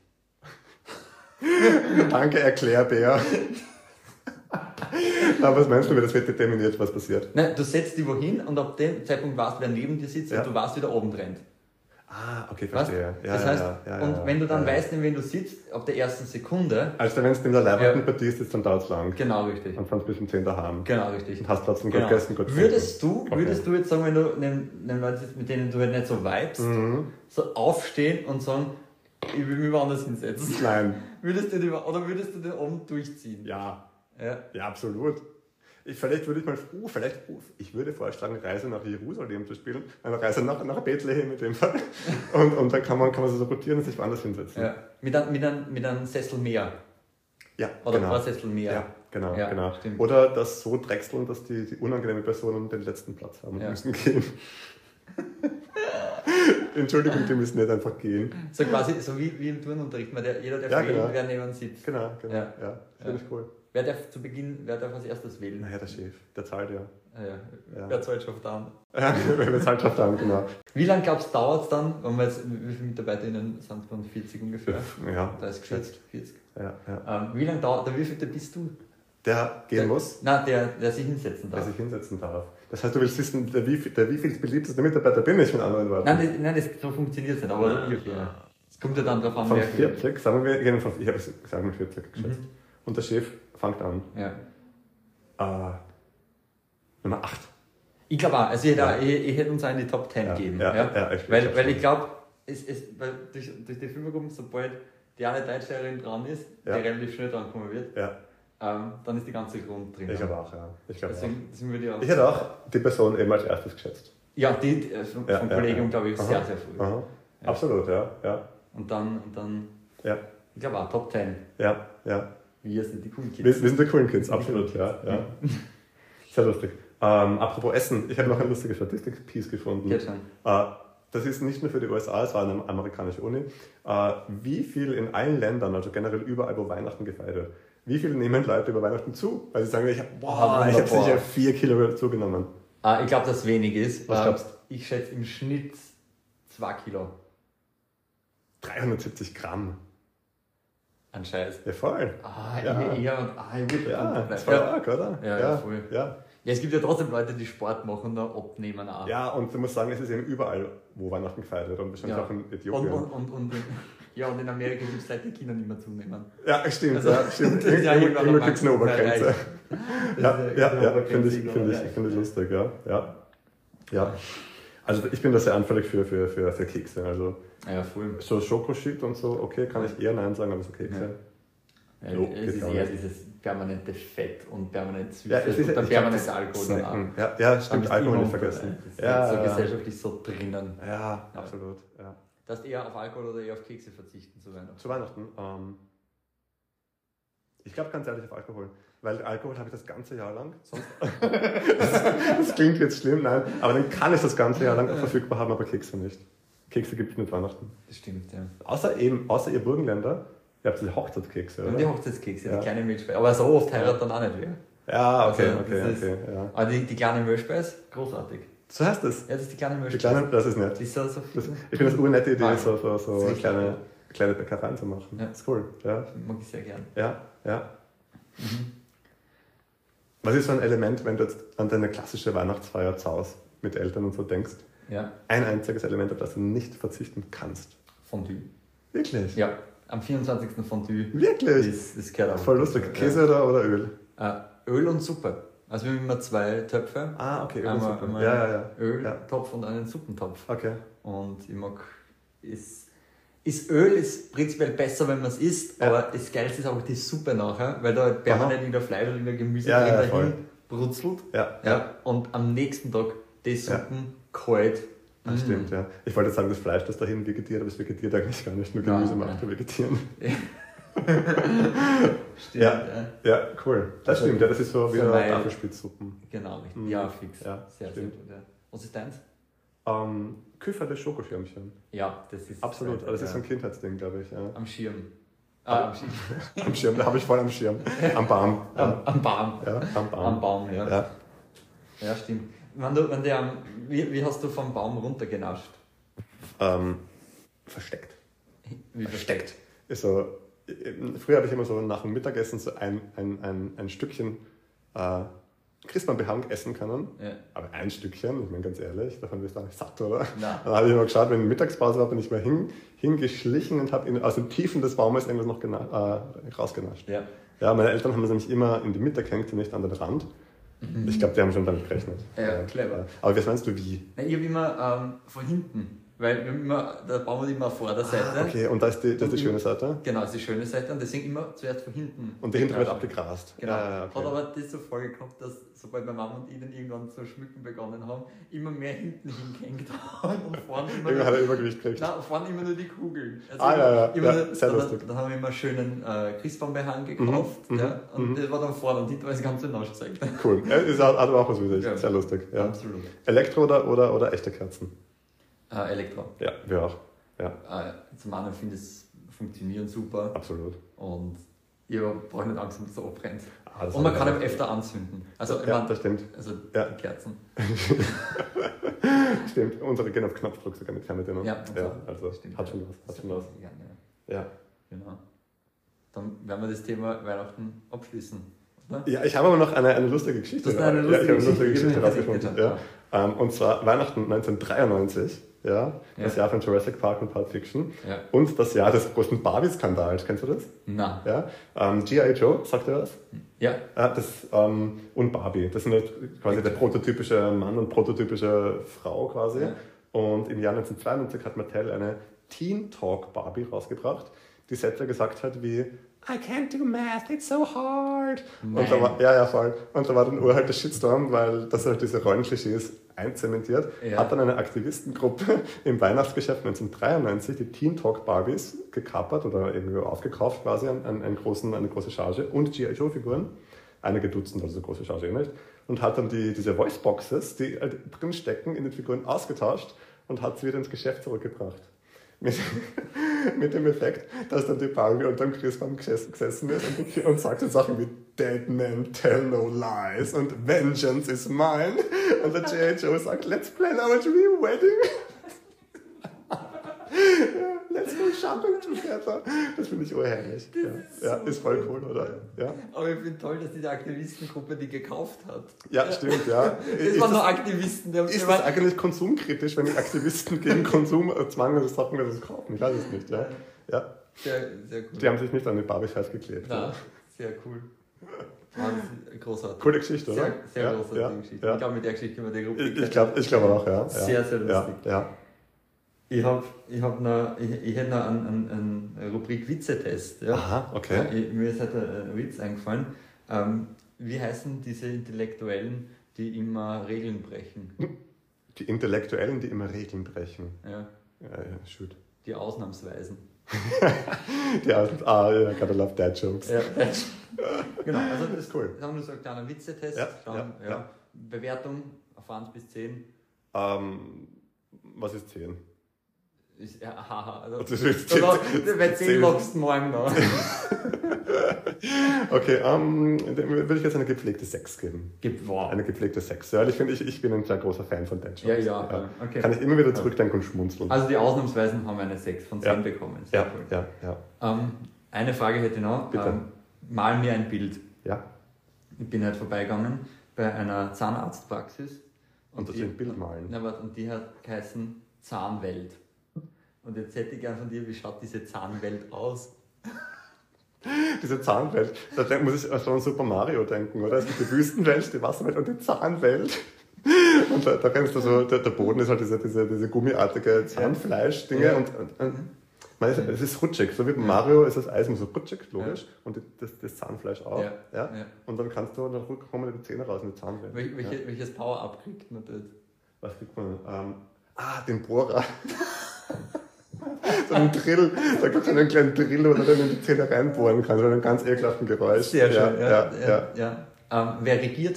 Danke, Erklärbär. Aber was meinst du, wie das wird determiniert, was passiert?
Nein, du setzt dich wohin und ab dem Zeitpunkt weißt, wer neben dir sitzt
Ja.
und du weißt, wie der oben rennt.
Ah, okay,
Weißt?
verstehe. Ja,
das
ja,
heißt,
ja, ja,
und
ja,
wenn du dann
ja, ja.
weißt, neben wen du sitzt, ab der ersten Sekunde,
Also wenn es in der Leibwandpartie ist, dann dauert es lang.
genau richtig.
Und sonst bis um 10 daheim.
Genau richtig.
Und hast trotzdem gut
Genau.
gegessen, gut
Würdest du, würdest du jetzt sagen, wenn du neben, neben Leuten sitzt, mit denen du halt nicht so vibest,
Mhm.
so aufstehen und sagen, ich will mich woanders hinsetzen?
gegessen. Nein.
Würdest du den, oder würdest du den Abend durchziehen?
Ja,
ja.
ja, absolut. Ich, vielleicht würde ich mal, uh, vielleicht, uh, ich würde vorschlagen, Reise nach Jerusalem zu spielen, eine Reise nach, nach Bethlehem in dem Fall. Und, und dann kann man, kann man so rotieren und sich woanders hinsetzen.
Ja, mit einem, mit einem, mit einem Sessel mehr.
Ja,
Oder
genau.
ein paar Sessel mehr.
Ja, genau,
Ja,
genau.
stimmt.
Oder das so drechseln, dass die, die unangenehme Personen den letzten Platz haben und
Ja.
müssen gehen. Entschuldigung, die müssen nicht einfach gehen.
So quasi, so wie, wie im Turnunterricht. Man, der, jeder darf
Ja,
wählen,
genau.
wer neben uns sitzt.
Genau, genau.
Ja.
Ja, ja. finde ich cool.
Wer darf zu Beginn, wer darf als erstes wählen?
Naja, der Chef, der zahlt ja.
Ah, ja.
Ja.
Wer zahlt schon an?
Ja, Wenn wir zahlt drauf haben, genau.
Wie lange glaubst du, dauert es dann, wenn wir jetzt, wie viele MitarbeiterInnen sind es bei uns? 40 ungefähr?
Ja,
30, 40, 40.
ja, ja.
Ähm, wie lange dauert, der wievielte bist du?
Der gehen
Der-
muss,
Nein, der, der sich hinsetzen
der
darf.
sich hinsetzen darf. Das heißt, du willst wissen, der wie, der wie viel beliebteste Mitarbeiter bin ich mit anderen Worten.
Nein, das, nein, das so funktioniert nicht, aber ungefähr. Es kommt ja dann drauf an,
von
wer.
40, sagen wir, gehen wir von, ich habe es gesagt, mit 40 geschätzt.
Mhm.
Und der Chef fängt an.
Ja.
Äh, Nummer 8.
Ich glaube auch, also ich hätte,
Ja.
auch, ich, ich hätte uns auch in die Top 10
Ja,
gegeben.
ja, ja, ich
weil,
glaub
weil
schon.
ich glaube, es, es, weil durch, durch die Fünfergruppen, sobald die eine Deutschlehrerin dran ist,
Ja.
die relativ schnell dran kommen wird,
Ja,
ähm, dann ist die ganze Grund drin.
ich aber auch, ja. Ich glaube auch.
Deswegen, deswegen würde ich auch.
Ich hätte auch die Person eben als erstes geschätzt.
ja, die, die äh, vom,
Ja,
vom
ja,
Kollegium
ja.
glaube ich
Aha.
sehr, sehr früh.
Aha. Absolut, ja, ja,
Und dann, und dann,
ja,
ich glaube auch Top 10.
ja, ja.
Wir sind die coolen
Wir,
Kids.
wir sind die coolen Kids, absolut, ja, ja. Sehr lustig. Ähm, apropos Essen, ich habe noch eine lustige Statistik-Piece gefunden.
Jetzt schon.
Äh, das ist nicht nur für die USA, es war eine amerikanische Uni. Äh, wie viel in allen Ländern, also generell überall, wo Weihnachten gefeiert wird, wie viel nehmen Leute über Weihnachten zu? Weil sie sagen, ich habe
Ah,
wow, ich hab
wunderbar.
sicher vier Kilo zugenommen.
Ah, ich glaube, dass wenig ist.
Was
Ähm,
glaubst
Ich schätze im Schnitt 2 Kilo
370 Gramm.
an Scheiß.
Ja, voll.
Ah,
Ja.
ich, ja, und- ah, ich würde
Ja, das war
ja.
arg, oder?
Ja, ja, voll.
Ja.
Ja, es gibt ja trotzdem Leute, die Sport machen und auch abnehmen auch.
ja, und du musst sagen, es ist eben überall, wo Weihnachten gefeiert wird und wahrscheinlich
Ja.
auch in
Und,
Äthiopien.
und, und, und, ja, und in Amerika gibt es Leute, die Kinder nicht mehr zunehmen.
ja, stimmt,
Also,
ja, stimmt.
das ist ja
Irgendwo
irgendwann
irgendwo gibt's eine
maximal
Obergrenze.
erreicht. Das
Ja,
ist
ja, ja
Obergrenze,
finde ich,
glaub
finde ich,
erreicht.
finde ich lustig, ja. ja. Ja. Also ich bin da sehr anfällig für, für, für, für Kekse. Also
Ah Ja, voll.
so Schokoschicht und so, okay, kann ich eher Nein sagen, aber so Kekse.
Ja,
Jo,
es
geht
ist
auch
eher
nicht.
dieses permanente Fett und permanent Süßes
Ja, es ist-
und dann
ich glaub,
permanentes
das
Alkohol. danach.
Snacken. Ja, ja, stimmt,
Dann ist
Alkohol
immer
nicht
unter-
vergessen.
Das ist
Ja,
so
ja,
gesellschaftlich so drinnen.
ja, absolut. Ja.
Dass eher auf Alkohol oder eher auf Kekse verzichten zu werden.
Zu Weihnachten? Ähm, ich glaube ganz ehrlich auf Alkohol. Weil Alkohol habe ich das ganze Jahr lang. Sonst das, das klingt jetzt schlimm, nein. Aber dann kann ich das ganze Jahr lang auch verfügbar haben, aber Kekse nicht. Kekse gibt es nicht Weihnachten.
Das stimmt, ja.
Außer eben, außer ihr Burgenländer, ihr habt die Hochzeitskekse,
Und
oder?
die Hochzeitskekse,
Ja.
die kleine Milchspeise. Aber so oft heiratet dann auch nicht wer.
Ja, okay,
Also,
okay,
das ist-
okay. Ja.
Aber die, die kleine Milchspeise, großartig.
So heißt es.
Ja, das ist die kleine
Die
Milchspeise.
kleinen, das ist
Die
nett.
ist so, so
Das,
viel.
ich finde das urnette Idee,
Nein.
so, so, so
Das ist
kleine,
klar,
kleine Bäckereien zu machen.
Ja.
Das ist cool. Ja,
Mag ich sehr gern.
ja, ja. Mhm. Was ist so ein Element, wenn du jetzt an deine klassische Weihnachtsfeier zu Hause mit Eltern und so denkst?
Ja,
Ein einziges Element, auf das du nicht verzichten kannst.
Fondue.
Wirklich?
Ja, am 24. Fondue.
Wirklich?
Das, das gehört auch.
Voll lustig. Käse oder, oder Öl?
Ja. Äh, Öl und Suppe. Also wir haben immer zwei Töpfe.
Ah, okay, Öl.
Einmal-
super.
einmal
Ja, ja, ja. Ja.
Öltopf und einen Suppentopf.
Okay.
Und ich mag, ist, ist Öl ist prinzipiell besser, wenn man es isst,
Ja.
aber das Geilste ist auch die Suppe nachher, weil da halt permanent wieder Fleisch oder wieder Gemüse
Ja, ja,
drin
voll.
dahin brutzelt.
Ja,
Ja. Und am nächsten Tag die Suppen kalt. Mhm.
das Ah, stimmt, ja. Ich wollte jetzt sagen, das Fleisch, das dahin vegetiert, aber es vegetiert eigentlich gar nicht. Nur
Nein,
Gemüse
nein.
macht nur vegetieren.
Stimmt,
Ja.
ja.
Ja, cool. Das
Also,
stimmt, ja. Das ist so
so
wieder
mein-
Tafelspitzsuppen.
Genau, richtig.
Mhm.
Ja, fix.
Ja,
sehr, sehr
stimmt.
gut. Ja. Was ist deins?
Ähm, Küferle Schokofirmchen.
Ja, das ist. äh,
Absolut. Aber das
ja.
ist so ein Kindheitsding, glaube ich. Ja.
Am Schirm. Ah, am Schirm.
Am Schirm, da habe ich voll am Schirm. Am Baum. Ja,
Am, am Baum.
ja am
Am
Baum.
Baum, ja. Ja,
Ja.
stimmt. Wenn du, wenn der, am- wie, wie hast du vom Baum runtergenascht?
Ähm, versteckt.
Wie versteckt.
ist so, ähm, früher habe ich immer so nach dem Mittagessen so ein, ein, ein, ein Stückchen äh, Christbaum-Behang essen können.
Ja.
Aber ein Stückchen, ich meine ganz ehrlich, davon wirst du auch nicht satt, oder?
Na.
Dann habe ich immer geschaut, wenn Mittagspause war, bin ich mal hin, hingeschlichen und habe in- aus den Tiefen des Baumes irgendwas noch gena- äh, rausgenascht.
Ja.
Ja, meine Eltern haben es nämlich immer in die Mitte gehängt und nicht an den Rand. Ich glaube, die haben schon damit gerechnet.
Mhm. Ja, clever.
Aber was meinst du, wie?
Nein, ich habe immer ähm, von hinten, weil wir haben immer, der Baum hat immer eine Vorderseite.
Ah, Okay, und da ist die, das ist die
Also Mhm.
schöne Seite.
Genau, das ist die schöne Seite und deswegen immer zuerst von hinten.
Und die hintere wird
genascht.
abgegrast.
Genau.
Ja, ja, Ah, okay.
Hat aber das zur Folge gehabt, dass sobald meine Mama und ich dann irgendwann zu schmücken begonnen haben, immer mehr hinten hingehängt haben und vorne immer,
Irgendwann hat
nur,
er Übergewicht gekriegt.
nein, vorne immer nur die Kugeln. Also
halt. Ah, ja, ja,
immer
ja,
nur,
sehr
dann,
lustig. Mhm,
Dann haben wir immer einen schönen äh, Christbaumbehang gekauft ja, und das war dann vorne und hinten war das ganze Nasch gezeigt.
Cool. Ja, Ist, hat, hat aber auch was Wichtiges.
Ja.
Sehr lustig. Ja.
Absolut.
Elektro oder, oder, oder echte Kerzen?
Äh, Elektro.
Ja, wir auch. Ja,
Äh, zum anderen finde ich es funktionieren super
absolut.
und ich brauche nicht Angst, dass es so abbrennt.
Ah, das
und man
haben
kann
wir
eben
auch.
öfter anzünden. Also, ich
Ja,
mein,
das stimmt.
also
Ja.
die Kerzen.
Stimmt. Unsere gehen auf Knopfdruck sogar mit Fernbedienung.
Ja,
ja also
Stimmt,
hat
ja.
schon was. Hat schon was.
Ja, ja.
Ja.
Genau. Dann werden wir das Thema Weihnachten abschließen. Oder?
ja, ich habe aber noch eine, eine lustige Geschichte.
Das ist eine
ja, ich habe
lustige
eine lustige
Geschichte.
Geschichte rausgefunden.
Ja.
Ja. Ähm, und zwar Weihnachten 1993. Ja, das
Ja.
Jahr von Jurassic Park und Pulp Fiction.
Ja.
Und das Jahr des großen Barbie-Skandals. Kennst du das?
Na.
Ja. Ähm, G.I. Joe, sagt ihr was?
Ja.
Ja, das, ähm, und Barbie. Das sind halt quasi der prototypische Mann und prototypische Frau quasi.
Ja.
Und im Jahr 1992 hat Mattel eine Teen Talk Barbie rausgebracht, die Sätze gesagt hat wie I can't do math, it's so hard. Und da
Nein.
war, ja, ja, voll. Und da war dann uralt der Shitstorm, weil das halt diese Rollenklischees einzementiert.
Ja.
Hat dann eine Aktivistengruppe im Weihnachtsgeschäft 1993 die Teen Talk Barbies gekapert oder irgendwie aufgekauft quasi an, an einen großen, eine große Charge und G.I. Joe Figuren. Einige Dutzend, also so große Charge eh nicht. Und hat dann die, diese Voiceboxes, die halt drinstecken, in den Figuren ausgetauscht und hat sie wieder ins Geschäft zurückgebracht. Mit, mit dem Effekt, dass dann die Barbie unterm Christbaum gesessen gesessen ist und, die- und sagte Sachen wie Dead men tell no lies und Vengeance is mine. Und der G.I. Joe sagt, let's plan our dream wedding. Ja, Let's go shopping together. Das finde ich urherrlich. Ja, ist, ja, ist voll cool, oder? Ja,
Aber ich finde toll, dass diese Aktivistengruppe die gekauft hat.
ja stimmt, ja.
Das
Ist
waren nur
das,
Aktivisten, die haben
ist das
gemeint,
eigentlich konsumkritisch, wenn Aktivisten gegen Konsum äh, zwang oder Sachen das kaufen? Ich weiß es nicht, ja. ja.
sehr, sehr cool.
Die haben sich nicht an den Barbie-Scheiß geklebt.
Na, sehr cool. Wahnsinn, großartig.
Coole Geschichte, oder?
Sehr, sehr
Ja,
großartige
ja,
Geschichte.
ja.
Ich glaube, mit der Geschichte können wir die Gruppe
Ich, ich glaube ich glaub auch, ja. ja.
Sehr, sehr lustig.
Ja, ja.
Ich habe ich hab noch, ich, ich hätte noch einen, einen, einen Rubrik Witzetest. Ja?
Aha, okay.
Ja, ich, mir ist halt ein ein Witz eingefallen. Ähm, wie heißen diese Intellektuellen, die immer Regeln brechen?
Die Intellektuellen, die immer Regeln brechen.
Ja.
Ja, ja, shoot.
Die Ausnahmsweisen.
Die alten, ah, yeah, gotta love dad jokes.
Ja, genau, also das
Ist cool.
Jetzt haben wir gesagt, kleiner Witzetest,
Ja,
dann
ja,
ja,
ja.
Bewertung auf 1 bis 10
Ähm, was ist 10?
ist ja, haha. Also,
Das ist
also,
10.
bei 10
10.
lockst du morgen noch.
Okay, ähm, dem würde ich jetzt eine gepflegte 6 geben.
Gibt wow.
Eine gepflegte 6. Ja, weil ich finde, ich, ich bin ein sehr großer Fan von dad jokes.
Ja, ja, okay.
Kann ich immer wieder zurückdenken und schmunzeln.
Also die Ausnahmsweisen haben eine 6 von 10
Ja.
bekommen. Sehr
ja,
cool.
ja, ja,
Ähm, eine Frage hätte ich noch.
Bitte.
Ähm, mal mir ein Bild.
ja.
Ich bin halt vorbeigegangen bei einer Zahnarztpraxis.
Und das
die-
sind Bild malen.
Na, warte, und die hat geheißen Zahnwelt. Und jetzt hätte ich gern von dir, wie schaut diese Zahnwelt aus?
Diese Zahnwelt, da denkt- muss ich erst an Super Mario denken, oder? Es gibt die Wüstenwelt, die Wasserwelt und die Zahnwelt. Und da, da rennst du so, der, der Boden ist halt diese, diese, diese gummiartige Zahnfleisch-Dinge
Ja. Mhm.
und, und, und man ist, es ist rutschig. So wie bei Mario ist das Eis immer so rutschig, logisch. Und die, das, das Zahnfleisch auch. Ja.
Ja. Ja.
Und dann kannst du noch rückkommen die Zähne raus in die Zahnwelt.
Wel welche,
Ja.
Welches Power-Up kriegt man dort?
Was kriegt man? Ähm, ah, den Bohrer. so einen Drill. Da gibt es einen kleinen Drill, wo du dann in die Zähne reinbohren kannst, mit einem ganz ekelhaften Geräusch.
Ja, ja,
ja.
ja. Ähm, wer regiert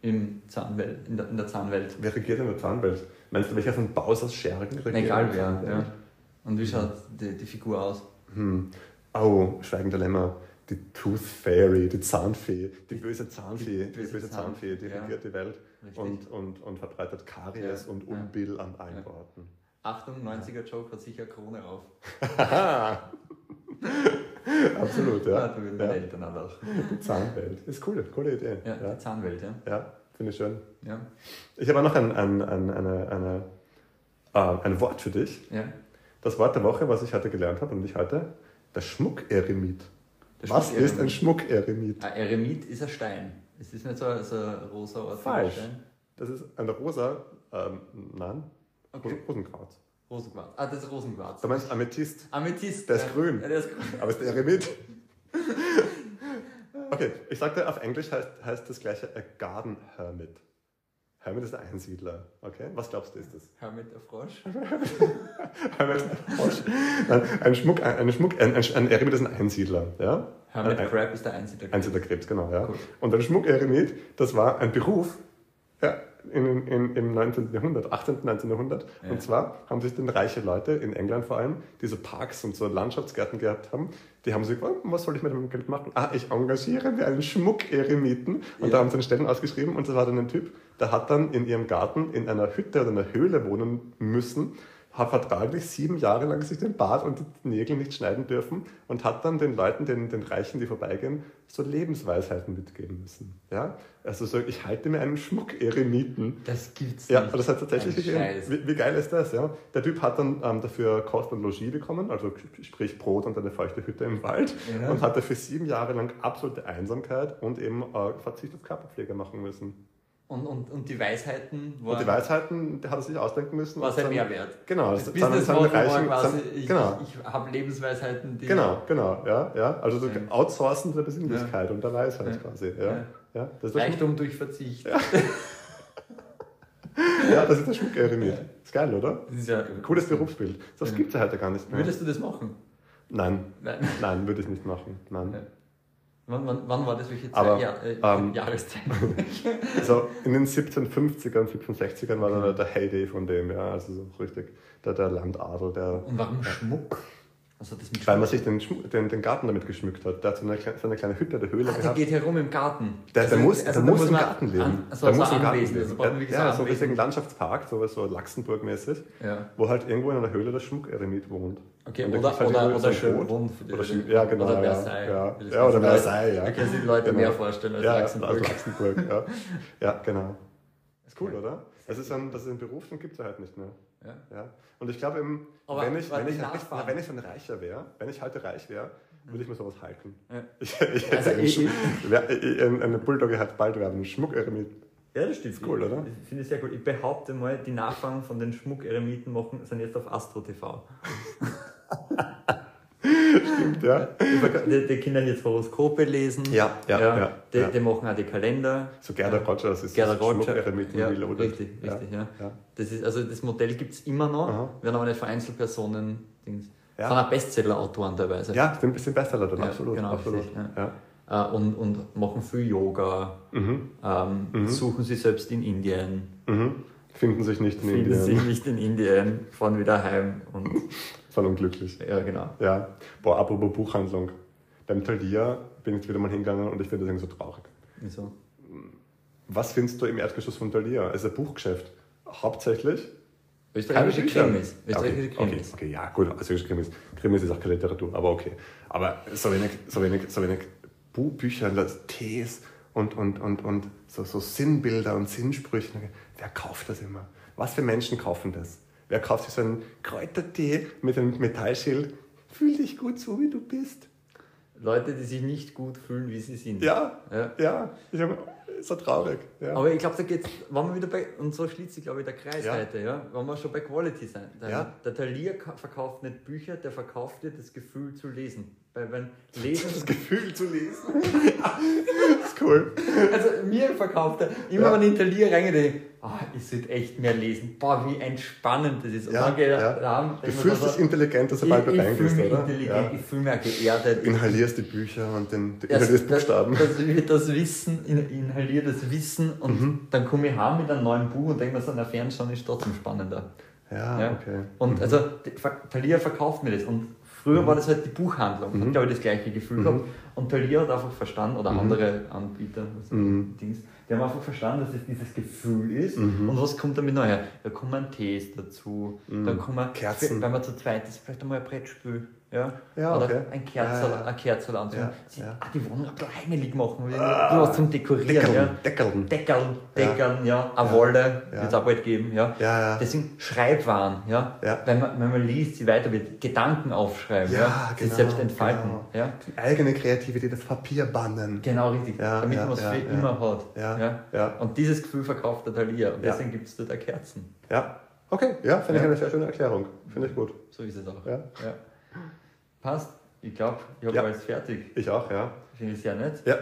im Zahnwelt, in, der, in der Zahnwelt?
Wer regiert in der Zahnwelt? Meinst du, welcher von Bowser's Schergen regiert?
Egal
in der
wer.
Zahnwelt?
Ja. Und wie schaut die, die Figur aus?
Hm. Oh, schweigender Lämmer. Die Tooth Fairy, die Zahnfee, die böse Zahnfee, die böse,
Zahn-
Zahnfee, die
ja.
regiert die Welt
Richtig.
und, und, und verbreitet Karies
Ja,
und
ja.
Unbill an allen Orten.
Achtung, 90er Joke hat sicher Krone auf.
Haha. Absolut,
Ja,
ja.
da würden meine
ja.
Eltern auch lachen.
Die Zahnwelt. Ist cool, coole Idee.
Ja,
ja.
die Zahnwelt, ja.
ja finde ich schön.
Ja,
Ich habe auch noch ein, ein, ein, eine, eine, äh, ein Wort für dich.
ja.
Das Wort der Woche, was ich heute gelernt habe und nicht heute, der Schmuckeremit.
Der
Was
Schmuckeremit.
ist ein Schmuckeremit?
Ein Ah, Eremit ist ein Stein. Es ist nicht so ein, so ein rosa Ort.
Falsch.
Stein.
Das ist ein rosa, ähm, nein,
Okay.
Ros- Rosenkraut.
Rosenquarz. Ah, das ist Rosenquarz.
Du meinst Amethyst,
Amethyst.
Der ist
ja.
grün.
Ja, der ist grün.
aber ist der Eremit. okay, ich sagte, auf Englisch heißt, heißt das gleiche a Garden Hermit. Hermit ist ein Einsiedler, okay? Was glaubst du, ist das?
Hermit der Frosch.
Also? Hermit, Frosch. Nein, ein Schmuck, ein, ein Schmuck, ein, ein, ein Eremit ist ein Einsiedler, ja?
Hermit
Ein-
Crab ist der einzige.
Einzelner Krebs, genau, ja.
Cool.
Und ein Schmuckeremit, das war ein Beruf ja, in, in, im 19. Jahrhundert, 18. 19. Jahrhundert.
Ja.
Und zwar haben sich dann reiche Leute in England vor allem, die so Parks und so Landschaftsgärten gehabt haben, die haben sich gefragt, was soll ich mit meinem Geld machen? Ah, ich engagiere mir einen Schmuckeremiten. Und
Ja.
da haben sie dann Stellen ausgeschrieben und das war dann ein Typ, der hat dann in ihrem Garten in einer Hütte oder einer Höhle wohnen müssen, hat vertraglich sieben Jahre lang sich den Bart und die Nägel nicht schneiden dürfen und hat dann den Leuten, den, den Reichen, die vorbeigehen, so Lebensweisheiten mitgeben müssen. Ja? Also so, ich halte mir einen Schmuckeremiten.
Das gibt's
Ja,
nicht.
das hat tatsächlich
Hm. Ein
gegeben.
Scheiß.
Wie, wie geil ist das, ja? Der Typ hat dann ähm, dafür Kost und Logis bekommen, also k- sprich Brot und eine feuchte Hütte im Wald
Ja.
und hat dafür sieben Jahre lang absolute Einsamkeit und eben äh, Verzicht auf Körperpflege machen müssen.
Und, und, und die Weisheiten
Und die Weisheiten, die hat er sich ausdenken müssen.
war
und
sein
dann-
Mehrwert.
Genau,
Das
sind- sind-
Business
sind
Model war
reichen-
quasi,
sind-
ich,
genau.
ich, ich habe Lebensweisheiten, die...
Genau, genau, ja, ja. Also so
Mhm.
Outsourcen der Besinnlichkeit und der Weisheit
Ja.
quasi. Ja. Ja.
Ja.
Das ist der Schmuck,
Reichtum durch Verzicht.
ja, das ist der Schmuckeremit. Ist geil, oder?
Das ist ja...
Cooles Berufsbild. Das
Ja.
gibt's ja heute gar nicht mehr.
Würdest du das machen?
Nein,
Nein.
nein, würde ich nicht machen. Nein.
Ja. Wann, wann, wann war das? Welche Zeit?
Aber,
ja, äh,
ähm,
Jahreszeit.
Also in den 1750ern, 1760ern war
Mhm.
dann halt der Heyday von dem, ja, also so richtig der, der Landadel, der,
Und warum Schmuck? Was hat das mit
weil man sich den, Schmu- den, den Garten damit geschmückt hat. Der hat so eine, kle- so eine kleine Hütte, der Höhle
Ah, der
gehabt.
geht herum im Garten.
Der, der muss, der muss, im
also man
Garten leben.
An, also
der
also
muss im Garten
anwesend.
leben.
Also braucht man wirklich
ja, so
so
einen richtigen
anwesend.
Laxenburg-mäßig, so, so Laxenburg-mäßig,
Ja.
wo halt irgendwo in einer Höhle der Schmuckeremit wohnt.
Okay,
Und der
oder,
kriegt halt
oder,
irgendwie
oder
so ein
schön
Boot.
rund. für die-
Oder schön, ja, genau.
Oder
ja,
Versailles.
Ja,
Das
ja oder
wissen Leute-
Versailles, ja.
Da können sich die Leute
Genau.
mehr vorstellen als
ja,
Luxemburg.
Also Laxenburg, ja. ja, genau. Ist cool,
Ja.
oder? Das ist, ein, das ist ein Beruf, den gibt es ja halt nicht mehr.
Ja.
Ja. Und ich glaube, eben,
Aber
wenn ich,
warte,
wenn, ich,
die
ein reich-
Nachbarn. Mhm.
wenn ich ein Reicher wäre, wenn ich heute reich wäre, würde ich mir sowas halten.
Ja.
Ich, ich hätte
Also
einen
ich-
Sch- wer- ich- ein- eine Bulldogge hat bald werden, einen Schmuckeremit.
Ja, das stimmt.
Ist cool, oder?
Ich finde es sehr cool. Ich behaupte mal, die Nachfahren von den Schmuck-Eremiten machen, sind jetzt auf Astro TV.
stimmt, ja.
Die, die Kinder jetzt Horoskope lesen.
Ja, ja, ja,
die,
ja.
die machen auch die Kalender.
So Gerda Roger, das ist
Gerda Roger.
Schmuckeremiten
ja,
reloaded.
richtig, richtig, ja.
ja.
Das ist, also das Modell gibt es immer noch,
Aha.
werden aber nicht für Einzelpersonen. Dings.
Ja.
Sind auch Bestseller-Autoren teilweise.
Ja, sind ein bisschen besser dann,
Ja,
absolut.
genau,
absolut.
richtig, ja.
ja.
Äh, und, und machen viel Yoga,
Mhm,
ähm, suchen sie selbst in Indien,
mhm. Finden sich nicht in
finden sie
Indien,
nicht in Indien, fahren wieder heim und
voll unglücklich.
ja, genau.
Ja, boah, apropos Buchhandlung. Beim Thalia bin ich wieder mal hingegangen und ich finde das irgendwie so traurig.
Wieso?
Was findest du im Erdgeschoss von Thalia? Es ist ein Buchgeschäft. Hauptsächlich
Österreichische
Bücher.
Krimis.
Ja,
Österreichische
okay,
Krimis.
Okay, okay, ja, gut, österreichische Krimis. Krimis ist auch keine Literatur, aber okay. Aber so wenig, so wenig, so wenig Bu Bücher, das- Tees und, und, und, und so, so Sinnbilder und Sinnsprüche. Wer kauft das immer? Was für Menschen kaufen das? Wer kauft sich so einen Kräutertee mit einem Metallschild? Fühl dich gut so, wie du bist.
Leute, die sich nicht gut fühlen, wie sie sind.
Ja,
Ja.
ja, Ich hab, so traurig. Ja.
Aber ich glaube, da geht's, wenn wir wieder bei, und so schließt sich, glaube ich, der Kreis
Ja.
heute, ja, wenn wir schon bei Quality sein. Der,
Ja.
der Talier ka- verkauft nicht Bücher, der verkauft dir das Gefühl zu lesen. Weil wenn Lesen,
Gefühl zu lesen. das ist cool.
also mir verkauft er, immer
Ja.
wenn ich in Talier reingehe, ah, ich sollte echt mehr lesen. Boah, wie entspannend das ist. Und
Ja,
dann geht er
ja.
ran,
Du
denkt man
fühlst
so,
dich intelligenter,
also- ich,
sobald du
ich fühle
reingehst,
mich
oder?
intelligent,
Ja.
ich fühle mich auch geerdet.
Du inhalierst die Bücher und den, du
Das,
inhalierst
das,
Buchstaben.
das, das Wissen, in- inhaliere das Wissen und
Mhm.
dann komme ich heim mit einem neuen Buch und denke mir so, na Fernschauen ist trotzdem spannender.
ja,
Ja?
Ah, okay. Mhm.
Und also die- Ver- Thalia verkauft mir das. Und früher war das halt die Buchhandlung.
Mhm.
Ich glaube, ich das gleiche Gefühl gehabt. Und Thalia hat einfach verstanden, oder andere Anbieter, also
Mhm.
Dings, die haben einfach verstanden, dass es dieses Gefühl ist. Und was kommt damit noch her? Da kommen Tees dazu, da kommen
Mhm. Kerzen.
Wenn man zu zweit ist, vielleicht einmal ein Brettspiel. Ja?
Ja,
oder
okay.
ein Kerzel,
Ja, ja.
ein Kerzel anzünden.
Ja,
Sie,
ja. Ah.
Ah, die Wohnung ein bisschen heimelig machen. will. du was zum Dekorieren.
Deckeln,
Ja?
Deckeln.
Deckeln, Deckeln, ja. Eine Wolle,
Ja.
wird es auch bald geben. Ja?
Ja, ja.
Deswegen Schreibwaren, ja.
Ja.
Wenn, man, wenn man liest, sie weiter wird, Gedanken aufschreiben, ja,
Ja,
sich
genau,
selbst entfalten.
genau.
Ja?
Die eigene Kreativität, das Papier bannen.
Genau richtig,
Ja,
damit
ja,
man es
ja,
für
ja.
immer hat.
Ja, ja.
Und dieses Gefühl verkauft der Thalia und
Ja.
deswegen gibt es dort auch Kerzen.
Ja, okay. Ja, finde ich
Ja.
eine sehr schöne Erklärung. Finde ich gut.
So ist es auch.
Ja.
Passt, ich glaube, ich habe
Ja.
alles fertig.
Ich auch, ja.
Finde ich sehr nett.
Ja,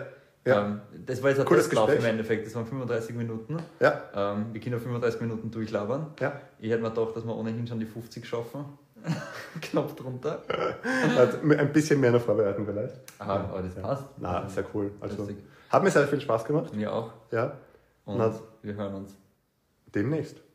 ja,
Ähm, das war jetzt ein
Cooles
Testlauf im
Gespräch.
Endeffekt, das waren 35 Minuten.
ja,
Ähm, wir können 35 Minuten durchlabern.
ja.
Ich hätte mir gedacht, dass wir ohnehin schon die 50 schaffen. Knapp drunter.
Also, ein bisschen mehr noch vorbereiten vielleicht.
Aha, aber das passt.
Na, sehr cool. Also,
Lustig.
hat mir sehr viel Spaß gemacht.
Mir auch.
Ja,
Und
Na.
wir hören uns.
demnächst.